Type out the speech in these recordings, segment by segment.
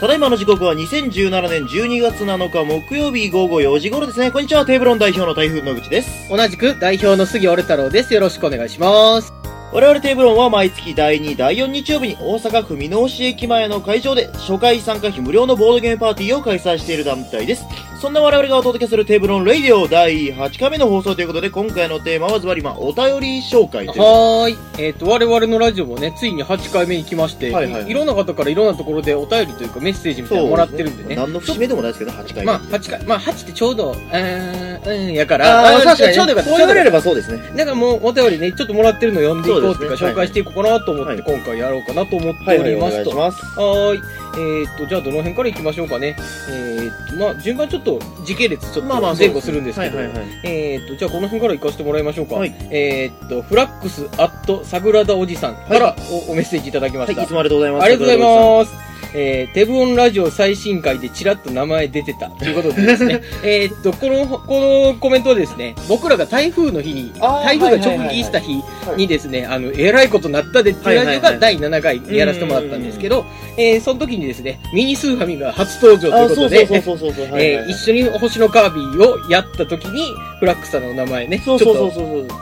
ただいまの時刻は2017年12月7日木曜日午後4時頃ですね。こんにちは、テーブロン代表の台風野口です。同じく代表の杉折太郎です。よろしくお願いします。我々テーブロンは毎月第2、第4日曜日に大阪府箕面市駅前の会場で初回参加費無料のボードゲームパーティーを開催している団体です。そんな我々がお届けするテーブロンレイディオ第8回目の放送ということで、今回のテーマはズバリまあお便り紹介ということではーい。えっ、と、我々のラジオもね、ついに8回目に来まして、はいいはいはいろんな方からいろんなところでお便りというかメッセージみたいなのもらってるんでね。何の節目でもないですけど、8回目。まあ、8回。まあ、8ってちょうど、うーん、うん、やから。あー、ー確かに、ちょうどよかった。そう言ちょうどわれよれかっばそうですね。た。なんかもう、お便りね、ちょっともらってるの読んでいこうっていうか、そうですね紹介していこうかなと思って、はい今回やろうかなと思っておりますと。はます。ーい。えっ、と、じゃあ、どの辺から行きましょうかね。えっ、と、まあ、順番ちょっと、時系列ちょっまあまあと前後するんですけど、はいはいはい。えー、とじゃあこの辺から行かせてもらいましょうか、はいえー、とフラックスアットサグラダおじさんからお,、おメッセージいただきまはしい、た、いつもありがとうございます。ありがとうございますえー、テブオンラジオ最新回でちらっと名前出てたということでで すね、えーっと、この、このコメントはですね、僕らが台風の日に、あー台風が直撃した日にですね、あの、えらいことなったでっていうラジオはいはいはがい第7回にやらせてもらったんですけど、えー、その時にですね、ミニスーファミが初登場というあ、こそうそとうで、そうそうそうそう。はいはいえはーい一緒に星のカービィをやった時に、フラックさんのお名前ね、そうそうそうちそうそょっと、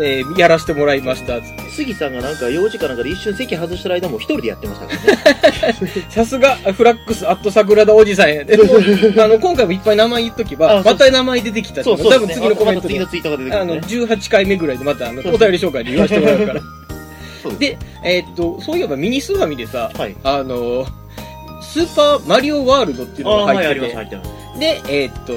えーやらせてもらいました。う。杉さんがなんか用事かなんかで一瞬席外してる間も一人でやってましたからね。さすが、フラックスアットサグラダおじさん やで、もうあの、今回もいっぱい名前言っとけばあ、そうまた名前出てきたし そうそう。多分次のコメント次での、ツイートが出てくあるの、ね。 18回目ぐらいでまた、あの、おそう便り紹介で言わせてもらうから。そうで、えーっと、そういえばミニスーファミでさ、はい。あの、スーパーマリオワールドっていうあのはがい、入あっりてます、て、入ってます。で、えーっと、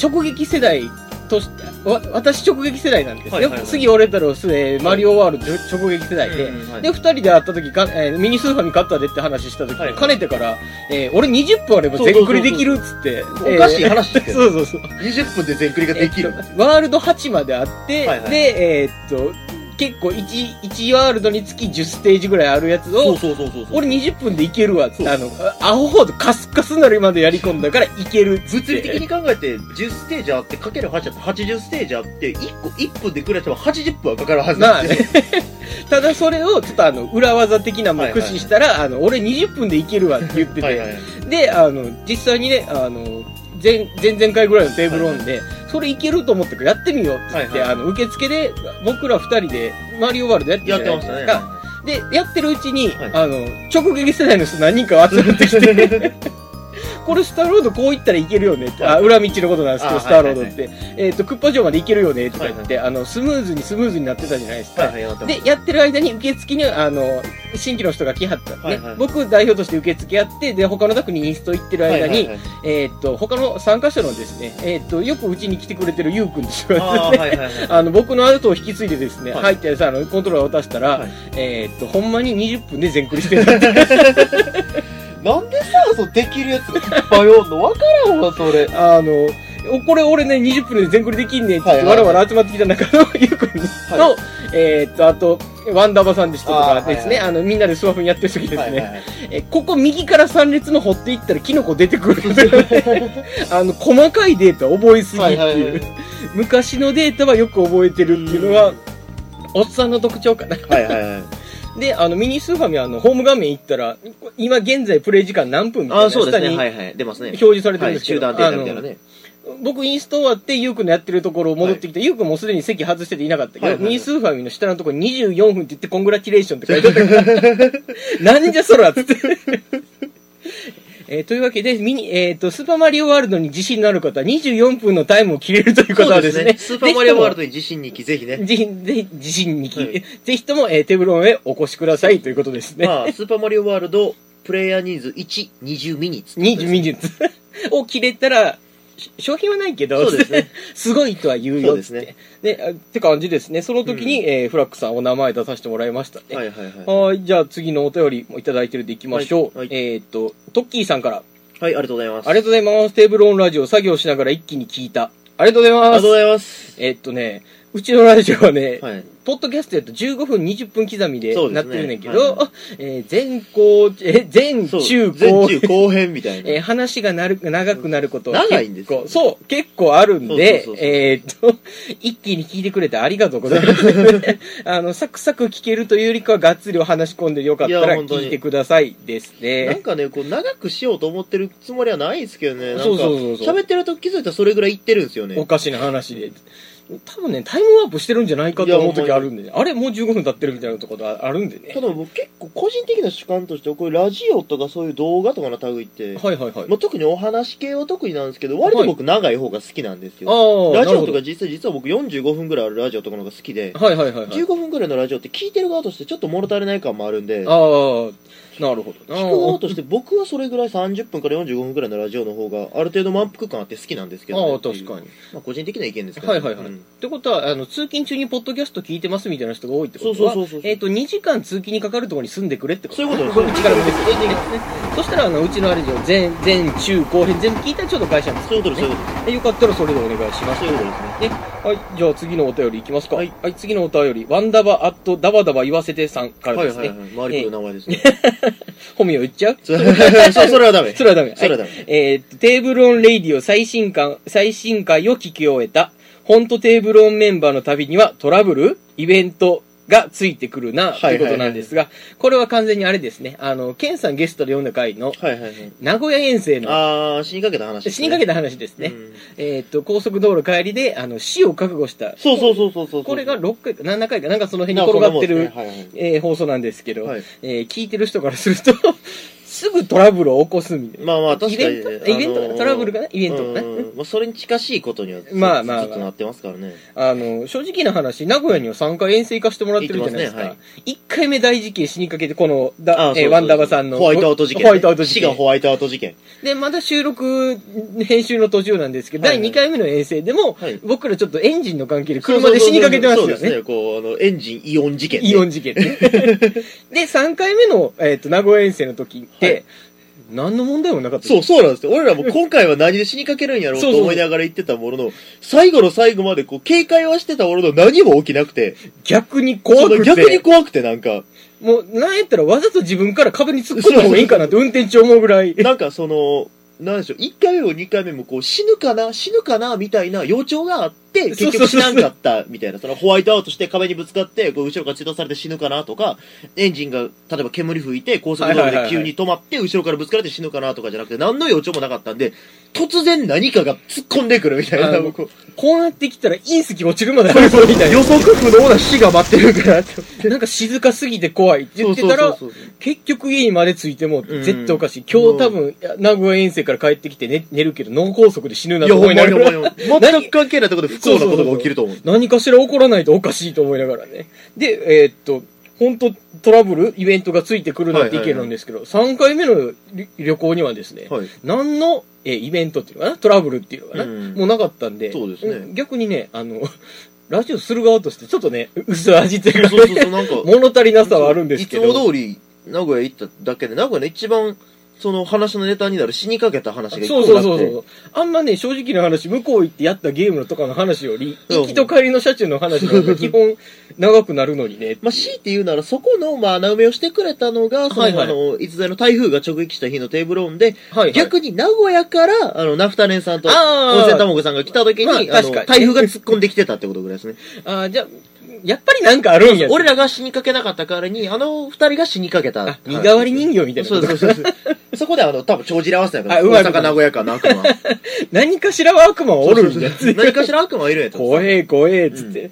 直撃世代として、わ私直撃世代なんですはいよはいは。い次俺たろ、えーマリオワールド直撃世代で、で、二人で会った時か、えーミニスーファミ買ったでって話した時、はいかねてから、えー俺20分あれば全クリできるっつって。おかしいえー話ですけど。そうそうそう。 20分で全クリができる。えっとワールド8まであって、はいはいで、えーっと、結構1、1ワールドにつき10ステージぐらいあるやつそうを、そうそうそう。俺20分でいけるわっつっそうて、あの、アホほどカスカスになるまでやり込んだからいけるっつって。物理的に考えて、10ステージあって、かける8あって、80ステージあって、1個、1分でクリアしても80分はかかるはずまなあんねですよ。、ただそれをちょっとあの裏技的なものを駆使したら、あの俺20分でいけるわって言ってて、はいはいはい。であの実際にねあの前前々回ぐらいのテーブルオンで、それいけると思ったからやってみようって言って、はいはいあの受付で僕ら2人でマリオワールドやってやたっじてゃなましいでたすね。か。で、やってるうちに、はいあの、直撃世代の人何人か集まってきて、 これスターロードこう行ったらいけるよねって、あ、裏道のことなんですけあど、スターロードって、えっ、と、クッパ城まで行けるよねとか言って、あの、スムーズにスムーズになってたじゃないですか。はいはい、やってましで、やってる間に受付に、あの、新規の人が来はったんで、はいはい僕代表として受付やって、で、他の宅にインスト行ってるた。はい間に、はいはい。えーっと、他の参加者のですね、えーっと、よくうちに来てくれてるゆうくんですよ。あーはいはいはい。 あの、僕の後を引き継いでですね、はい入ってさ、あの、コントローラー渡したら、はいえーっと、ほんまに20分で全クリして たって。なんでさ、そうできるやつがいっぱいおんのわからんわ、それ。あの、おこれ俺ね、20分で全クリできんねんって、はいはいはわいらわら集まってきた中のゆうくんと、はえーっと、あと、ワンダバさんでしたとあかーですはね、いあ,、の、みんなでスワフンやってる時ですね、はいはいはいえここ右から3列目掘っていったらキノコ出てくる あの細かいデータ覚えすぎっていう、はいはいはい昔のデータはよく覚えてるっていうのがおっさんの特徴かな はいはいはい。であのミニスーファミはあのホーム画面行ったら今現在プレイ時間何分みたいな下にいはい。出ますね表示されてるんはいですけ集ど、団データみたいなね。あの僕インスト終わってユウくんのやってるところを戻ってきて、ユウくんもうすでに席外してていなかったけど、はいはいはいミニスーファミの下のところに24分って言ってコングラチュレーションって書いてあったから なんじゃそらっつって。 えーというわけで、ミニ、えっ、と、スーパーマリオワールドに自信のある方は24分のタイムを切れるということはですね。スーパーマリオワールドに自身に行き、ぜひね。 ぜひ、ぜひ、自信にき、はい ぜひとも、えーテーブルオンへお越しくださいということです ね。まあ、スーパーマリオワールド、プレイヤー人数1、20ミニッツ。 22術 を切れたら、し商品はないけど、そうですね すごいとは言うよっつそうっでて。ねあって感じですね。その時に、えーフラックさんお名前出させてもらいましたね。ははいはいはい。ーい。じゃあ次のお便りもいただいてるんでいきましょう。はいはいえーっと、トッキーさんから。はい、ありがとうございます。ありがとうございます。テーブルオンラジオ作業しながら一気に聞いた。ありがとうございありまがとうごす。ざいます。えーっとね、うちのラジオはね、はい。ポッドキャストやと15分、20分刻みでそうでなすっねてるねんけど、 えー前後、え、前そう中前後、中後編みたいな。えー話がなる長くなることは長いんですよ結構そう、結構あるんで、そうそうそうそうえーっと、一気に聞いてくれてありがとうございます。 あの、サクサク聞けるというよりかは、がっつりお話し込んでよかったいやら本当に聞いてくださいですなんね。かね、こう長くしようと思ってるつもりはないんですけどね、なんかそうそうそうそう喋ってると気づいたらそれぐらい言ってるんですよおね。かしな話で。多分ね、タイムワープしてるんじゃないかと思う時あるんで、ね、あれもう15分経ってるみたいなとことあるんでねた。だ僕結構個人的な主観として、こういうラジオとかそういう動画とかの類って、はいはいはい。まあ、特にお話系は特になんですけど、割と僕長い方が好きなんですあよ。あ、ラジなオとるほか実際実は僕45分ぐらいあるラジオとかの方が好きで、どはいはいはいはい。 15分ぐらいのラジオって聞いてる側としてちょっと物足りない感もあるんで、ああ、なるほどな。聞く側として僕はそれぐらい30分から45分ぐらいのラジオの方がある程度満腹感あって好きなんですけどね、ああ、ってい確うかに。っまあ、個人的な意見ですけど、はいはいはいうんてことは、あの、通勤中にポッドキャスト聞いてますみたいな人が多いってことそうは、そうそうそうえっ、と、2時間通勤にかかるところに住んでくれってことそういうことですこれ力もですよね。 そしたら、あの、うちのあれで全、 全中後編全部聞いたらちょっと会社にそういうことです、そういうことえよかったらそれでお願いします。そういうことですね。はい、じゃあ次のお便りいきますか。ははいい、次のお便り、ワンダバアットダバダバ言わせてさんからはいですね。はいはい。周りくんの名前ですね。本名言っちゃうそれ そそれはダメ。それはダメ。それはダメいえーテーブルオンレイディオ最新刊、最新回を聞き終えた。ほんとテーブルオンメンバーの旅にはトラブルイベントがついてくるな、はいはいはいということなんですが、これは完全にあれですね。あの、ケンさんゲストで読んだ回の、はいはいはい。名古屋遠征の、あー、死にかけた話です死ね、にかけた話ですね。うんえーっと、高速道路帰りで、あの、死を覚悟した。そうそうそうそうそう。これがなんか6回か7回かなんかそのそん辺にな転がってもんるです、ねはいはいえー放送なんですけど、はいえー聞いてる人からすると すぐトラブルを起こすみたいな、まあまあ、確かに、ねイベントイベントかなトラブルかなイベントかなうんまあ、それに近しいことには、まあまあまあずっとなってますからね。あの正直な話名古屋には3回遠征行かせてもらってるじゃないですか行ってま1回目大事件死にかけてこのあだーそうえそーうワンダバさんのホワイトアウト事件、ホワイトアウト事死が件ホワイトアウト事件。でまだ収録編集の途中なんですけど、はいはい第2回目の遠征でも、はい僕らちょっとエンジンの関係で車で死にかけてますよねそうですね。こう、あの、エンジンイオン事件ね、イオン事件ね で3回目の、えー、と名古屋遠征の時って、はい何の問題もなかったですそう、そうなんですよ。俺らも今回は何で死にかけるんやろうそうとそう思いながら言ってたものの、最後の最後までこう、警戒はしてたものの何も起きなくて、逆に怖くそての逆に怖くてなんか、もう、なんやったらわざと自分から壁に突っ込んだ方がいいかなって運転中思うぐら い。なんかその、なんでしょう、1回目も2回目もこう、死ぬかな、死ぬかな、みたいな予兆があって、そう結そう局そ死うななかった、みたいな、そのホワイトアウトして壁にぶつかって、こう、後ろから追突されて死ぬかなとか、エンジンが、例えば煙吹いて、高速道はい路はいはいはで急いに止まって、後ろからぶつかられて死ぬかなとかじゃなくて、何の予兆もなかったんで、突然何かが突っ込んでくるみたいあな、のこうこうなってきたら隕石落ちるまであるぞみたい予測不能な死が待ってるからって。な。なんか静かすぎて怖いって言ってたら、そうそうそうそう結局家にまで着いてもん絶対おかしい。今日多分、いや名古屋遠征から帰ってきて寝寝るけど脳梗塞で死ぬないとや、思ほいんなまがにほんまにら。全く関係ないところで不幸なことが起きると思う。何かしら起こらないとおかしいと思いながらね。で、えーっと、本当トラブルイベントがついてくるなって意見なんですけど、3回目の旅旅行にはですね、はい。何の、えーイベントっていうのかなトラブルっていうのかな、うんもうなかったんでそうですね逆にねあの ラジオする側としてちょっとね薄味というか、ね、そうそうそう、なんか。物足りなさはあるんですけどいつも通り名古屋行っただけで名古屋の一番その話のネタになる死にかけた話が一個そもうなくそてうそうそうあんまね正直な話向こう行ってやったゲームのとかの話よりそう行きと帰りの車中の話の方が基本長くなるのにね まあ、強いて言うなら、そこの、まあ、穴埋めをしてくれたのが、その、はいはいあの、逸材の台風が直撃した日のテーブルオンで、はいはい逆に名古屋から、あの、ナフタネンさんと、あー温泉卵さんが来た時に、まああ確の、かに台風が突っ込んできてたってことぐらいですね。あーじゃあやっぱりなんかあるんや俺らが死にかけなかった代わりに、あの二人が死にかけた。あ身代わり人形みたいなそうそうそうそう。そこで、あの、多分、帳尻合わせやかあら、うまい大こと阪、名古屋かな、悪 魔。何かしらは悪魔はおるんやそうそうそう何かしら悪魔はいるんやと思って怖え怖えっつって、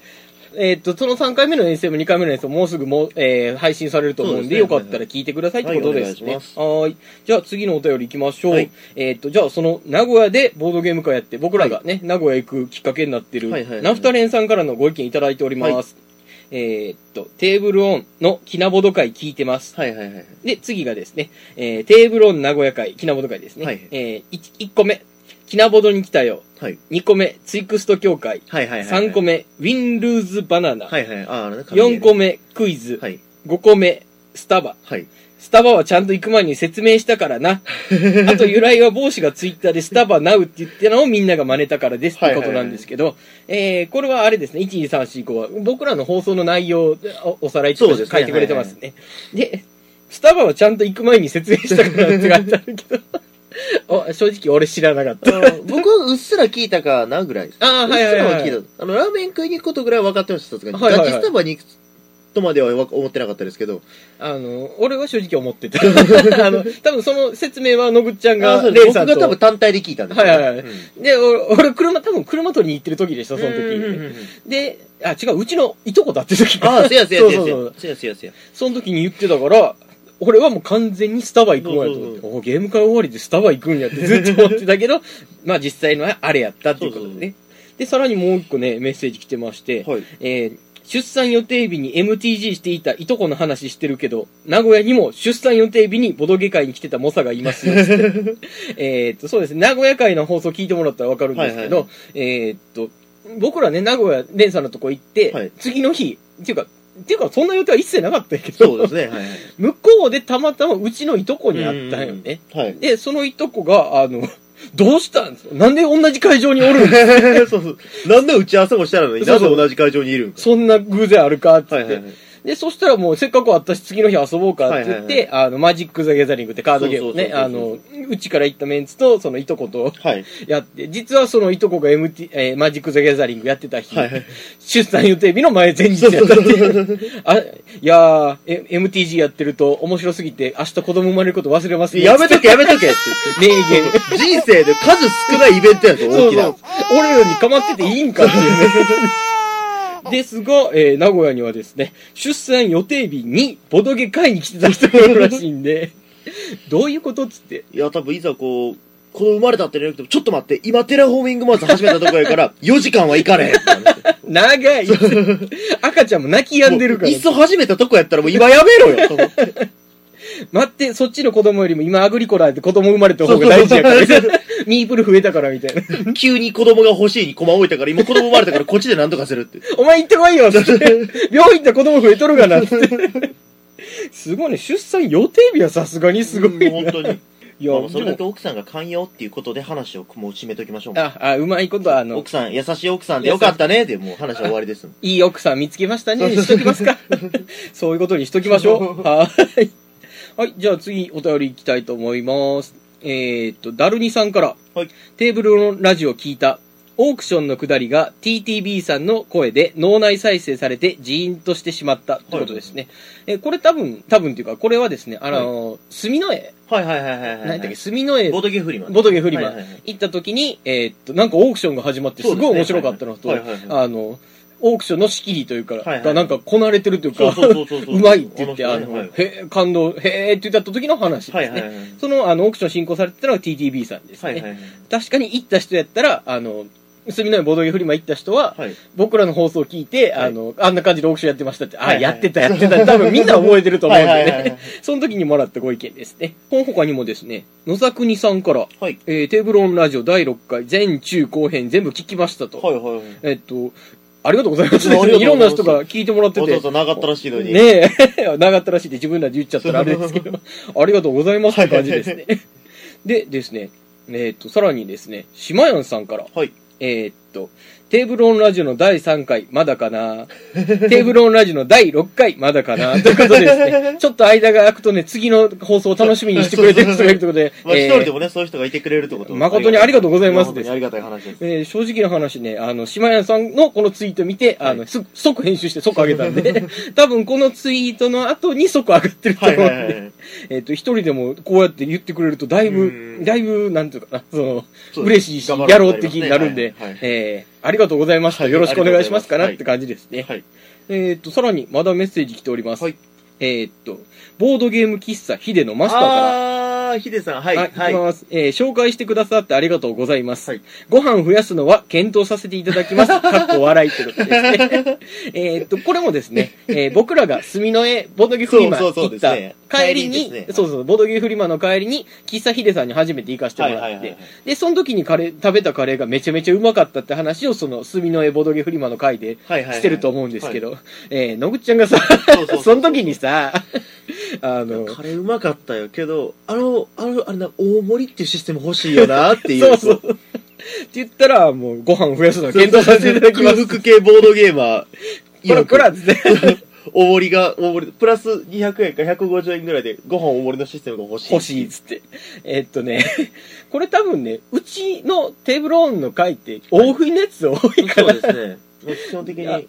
えーっとその3回目の遠征も2回目の遠征ももうすぐもう、えー配信されると思うんでそうですねよかったら聞いてくださいってことですね、はいお願いしますはーいじゃあ次のお便り行きましょう、はいえーっとじゃあその名古屋でボードゲーム会やって僕らがね、名古屋行くきっかけになってる、はいはいはいナフタレンさんからのご意見いただいております、えーっとテーブルオンのきなぼど会聞いてますはいはいはいはい。で、次がですね、えーテーブルオン名古屋会、きなぼど会ですね。はいはいえ1個目、きなぼどに来たよ。はい。 2個目、ツイクスト協会。はいはいはいはい。 3個。目、ウィン・ルーズ・バナナ。はいはい。ああ、あれね。 4個目、クイズ。はい。 5個目、スタバ。 はい。スタバはちゃんと行く前に説明したから な。あと由来は帽子がツイッターでスタバナウって言ってたのをみんなが真似たからですってことなんですけど、えーこれはあれですね、12345は僕らの放送の内容をおおさらいとかそうです書ねいてくれてますね。で、スタバはちゃんと行く前に説明したからって書いてあるけど、お 正直俺知らなかった。僕はうっすら聞いたかなぐらいです。あーはいはいはいうっすら聞いた。あの、ラーメン食いに行くことぐらいは分かってました、さすがに。はいはいはいガチスタバに行くとまでは思ってなかったですけど。あの、俺は正直思ってた。 あの、多分その説明は野口ちゃんあーが、そうレでイすさん僕と。が多分単体で聞いたんですよはいはいはいうんで、お俺、車、多分車取りに行ってる時でした、そうのんうん時。うんうんで、あ、違う、うちのいとこだって時ああ、せやせやせやそうせそうそやう。せやせやせや。その時に言ってたから、俺はもう完全にスタバ行く前やと思って、そうそおゲーム会終わりでスタバ行くんやってずっ と思ってたけど、まあ実際のはあれやったっていうことでね。そうそうで、さらにもう一個ね、メッセージ来てまして、はい。えー出産予定日に MTG していたいとこの話してるけど、名古屋にも出産予定日にボドゲ会に来てた猛者がいま すよ。えーっと、そうですね、名古屋会の放送聞いてもらったらわかるんですけど、はえーっと、僕らね、名古屋、レンさんのとこ行って、はい次の日、っていうか、っていうか、そんな予定は一切なかったんやけど、そうですね。はいはい。 向こうでたまたまうちのいとこにあったんよね。うんうんうん。はい。で、そのいとこが、あの、どうしたんですかなんで同じ会場におる んですかそうそう。なんで打ち合わせもしたらのにそなうぜそう同じ会場にいるんか。そんな偶然あるかっては言いっはていはい。で、そしたらもうせっかくあったし次の日遊ぼうかって言って、はいはあの、マジック・ザ・ギャザリングってカードゲームをね、そうあそうそうその、うちから行ったメンツと、そのいとことはい。やって、実はそのいとこが MT、えーマジック・ザ・ギャザリングやってた日、はいはい。出産予定日の前前日そやうそうったっていう。そう。あ、いやー、え MTG やってると面白すぎて、明日子供生まれること忘れますね。やめとけやめとけって名言。言って。人生で数少ないイベントやぞ、そ大うきそなう。。俺らに構ってていいんかっていう ね。ですが、えー名古屋にはですね、出産予定日にボドゲ会に来てた人もいるらしいんで、 どういうことっつって。いや、多分いざこう、子供生まれたって連絡来ても、ちょっと待って、今テラフォーミングまず始めたとこや から、4時間は行かれへんって話。長い。赤ちゃんも泣き止んでるからい。っそ始めたとこやったらもう今やめろよ。 待って、そっちの子供よりも今アグリコラで子供生まれた方が大事やから。 ミープル増えたからみたいな。 急に子供が欲しいに駒置いたから、今子供生まれたからこっちで何とかするって。お前行ってこいよっつって。 病院って子供増えとるがなっつって。すごいね。出産予定日はさすがにすごいうんな。本当に。いまあそでれもだけ奥さんが寛容っていうことで話をもう締めときましょう。あ、あ、うまいこと、あの奥、さん、優しい奥さんでよかったねで、もう話は終わり ですもん。いい奥さん見つけましたね。しときま すか。そういうことにしときましょう。はい。はい、じゃあ次、お便りいきたいと思います。えーっと、ダルニさんから、はいテーブルのラジオ聞いた。オークションの下りが TTB さんの声で脳内再生されてジーンとしてしまったってことですね。えーこれ多分、多分っていうか、これはですね、あのー、墨の絵、はいはいはいはいはい。何やったっけ、墨の絵ボトゲフリマ。ボトゲフリマはいはいはい行った時に、えーっと、なんかオークションが始まって、すそうですねごい面白かったのと、はいはいはいあの、オークションの仕切りというか、はいはいがなんかこなれてるというか、そうそうそうそうそううまいって言って、ああのの、人ねはいへー感動、へーって言った時の話はでいすはいね。はい。その、あの、オークション進行されてたのが TTB さんですはね。いはいはい。確かに行った人やったら、あの、住のいボードゲームフリマ行った人は、はい。僕らの放送を聞いて、はいあの、あんな感じでオークションやってましたって、はいあ、はいやってた、やって た、多分みんな覚えてると思うんでね。はいはいはいはいその時にもらったご意見ですね。この他にもですね、野沢国さんから、はい。えーテーブルオンラジオ第6回、全中後編全部聞きましたと。はいはいはい。えっと、ありがとうございます。ありがとうございますいろんな人が聞いてもらってわざわて。ざ長ったらしいのに。ねえ、 長ったらしいで自分らで言っちゃったらあれですけ ど、ありがとうございますって感じですね。 でですね、えっと、さらにですね、しまやんさんから、はい。えーっと、テーブルオンラジオの第3回、まだかな テーブルオンラジオの第6回、まだかなということでです ね、ちょっと間が空くとね、次の放送を楽しみにしてくれてる人がいるということで 、まあえ一ー人でもね、そういう人がいてくれるってこと誠にありがとうございます本当にありがたい話です。えー正直な話ね、あの、島屋さんのこのツイート見て、あの、す即編集して即上げた んで、多分このツイートの後に即上がってるとは思うんいで、はいはいはい。えっ、と、一人でもこうやって言ってくれると、だいうぶ、んだいぶ、なんていうかな、その、そうです嬉しいし、頑張やろろううって気になるんで、はいはいえーありがとうございました。はいよろしくお願いしますかなあっりてが感じですね。はい。えっ、と、さらに、まだメッセージ来ております。はいえっ、と、ボードゲーム喫茶ヒデのマスターから、あー、ヒデさん、はい。はい、行きます。えー紹介してくださってありがとうございます。はいご飯増やすのは検討させていただ きます。かっこ笑いってことですね。えーっと、これもですね、えー僕らが墨の絵、ボドゲフリマそうそうそう行でっすたね帰り帰りにですに、ねそうそう、ボドゲフリマの帰りに、喫茶ヒデさんに初めて行かせてもらって、はいはいはいはいで、その時にカレー、食べたカレーがめちゃめちゃうまかったって話を、その墨の絵、ボドゲフリマの回ではいはいはいしてると思うんですけど、えー野口ちゃんがさ、そうそうそう その時にさ、あの、カレーうまかったよけどあのあのあれな大盛りっていうシステム欲しいよ なっていうそうそう。って言ったら、もうご飯増やすのはそう検討させていただきます。空腹系ボードゲーマーこらこらっつって。大盛りが大盛りプラス200円か150円ぐらいでご飯大盛りのシステムが欲しい欲しいっつって。えっとね、これ多分ね、うちのテーブルオンの回って、大食いのやつ多いそうですねもう基本的いやに